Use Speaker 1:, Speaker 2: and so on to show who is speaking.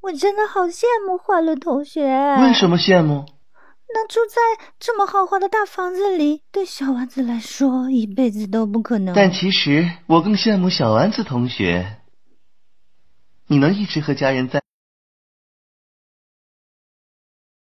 Speaker 1: 我真的好羡慕华伦同学。
Speaker 2: 为什么羡慕？
Speaker 1: 能住在这么豪华的大房子里，对小丸子来说一辈子都不可能。
Speaker 2: 但其实我更羡慕小丸子同学，你能一直和家人在。